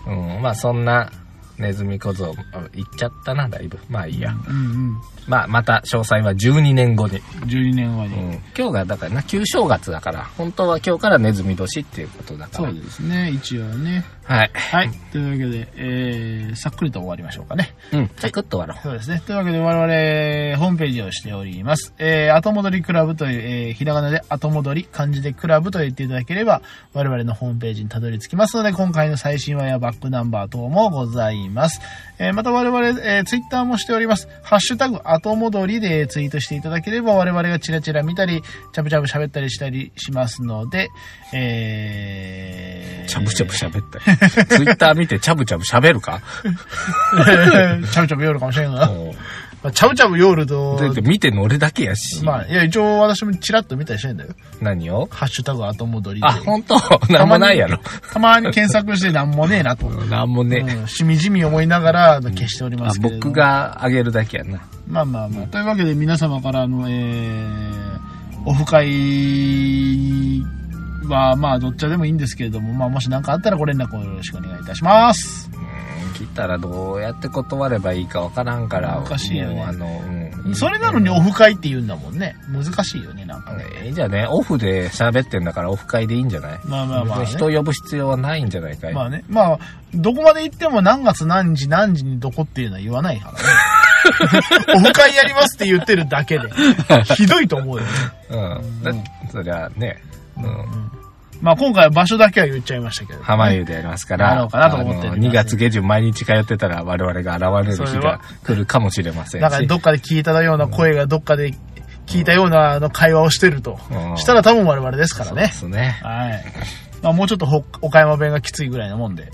A: うん、まあそんなネズミ小僧、あ言っちゃったな、だいぶ。まあいいや。
B: うん
A: まあ、また詳細は12年後に。
B: うん。12年後に。
A: 今日が、だからな、旧正月だから、本当は今日からネズミ年っていうことだか
B: そ
A: ら。
B: うですね、一応ね。
A: はい。
B: はい。というわけで、えー、さっくりと終わりましょうかね。
A: うん、サクッと終わろう。
B: そうですね。というわけで、我々、ホームページをしております。えー、後戻りクラブという、えー、ひらがなで後戻り、漢字でクラブと言っていただければ、我々のホームページにたどり着きますので、今回の最新話やバックナンバー等もございます。えー、また我々、えー、ツイッターもしております。ハッシュタグ、後戻りでツイートしていただければ、我々がチラチラ見たり、ちゃぶちゃぶ喋ったりしたりしますので、えー、
A: ちゃぶちゃぶ喋った り。ツイッター見てちゃぶちゃぶ喋る か
B: ちゃぶちゃぶ夜かもしれんがな。
A: も
B: まあちゃぶちゃぶ夜と
A: う、だって見てんの俺だけやし。
B: まあ、いや、一応私もチラッと見たりしてんだよ。
A: 何を
B: ハッシュタグ後戻りで。
A: あ、本当 なんもないやろ。
B: たまに 検索してなんもねえなと。
A: なんもね。
B: うんしみじみ思いながら消しておりま
A: あ
B: すけれども
A: 僕。があげるだけやな。
B: まあまあまあ。というわけで皆様からの、えー、オフ会は、まあ、どっちでもいいんですけれども、まあ、もし何かあったらご連絡をよろしくお願いいたします。
A: うん来たらどうやって断ればいいかわからんから。
B: おかしいよね
A: もうあの、うん。
B: それなのにオフ会って言うんだもんね。難しいよね、なんかね。
A: ええじゃあね、オフで喋ってんだからオフ会でいいんじゃない
B: まあまあまあね
A: 別に人呼ぶ必要はないんじゃないかい、
B: まあね、まあ、どこまで行っても何月何時何時にどこっていうのは言わな いからね。オフ会やりますって言ってるだ けで。ひどいと思うよね。
A: うん。だそりゃね、うん。
B: まあ今回は場所だけは言っちゃいましたけど、
A: 浜湯でやりますか
B: や
A: ら、
B: ろうかなと思ってる
A: 2月下旬毎日通ってたら我々が現れる
B: そ
A: 日
B: れは
A: が来るかもしれませんし。
B: なんかどっかで聞いたような声がどっかで聞いたようなあの会話をしてると
A: うん。
B: したら多分我々ですから
A: そうで
B: ね。
A: すね。
B: はい。まあもうちょっとほ岡山弁がきついぐらいなもんで。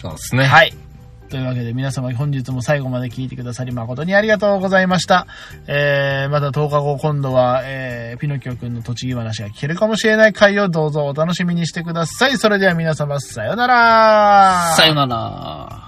A: そうですね。
B: はい。というわけで皆様本日も最後まで聞いてくださり誠にありがとうございました。えー、また10日後今度は、えー、ピノキオくんの栃木話が聞けるかもしれない回をどうぞお楽しみにしてください。それでは皆様さようなら。
A: さよなら。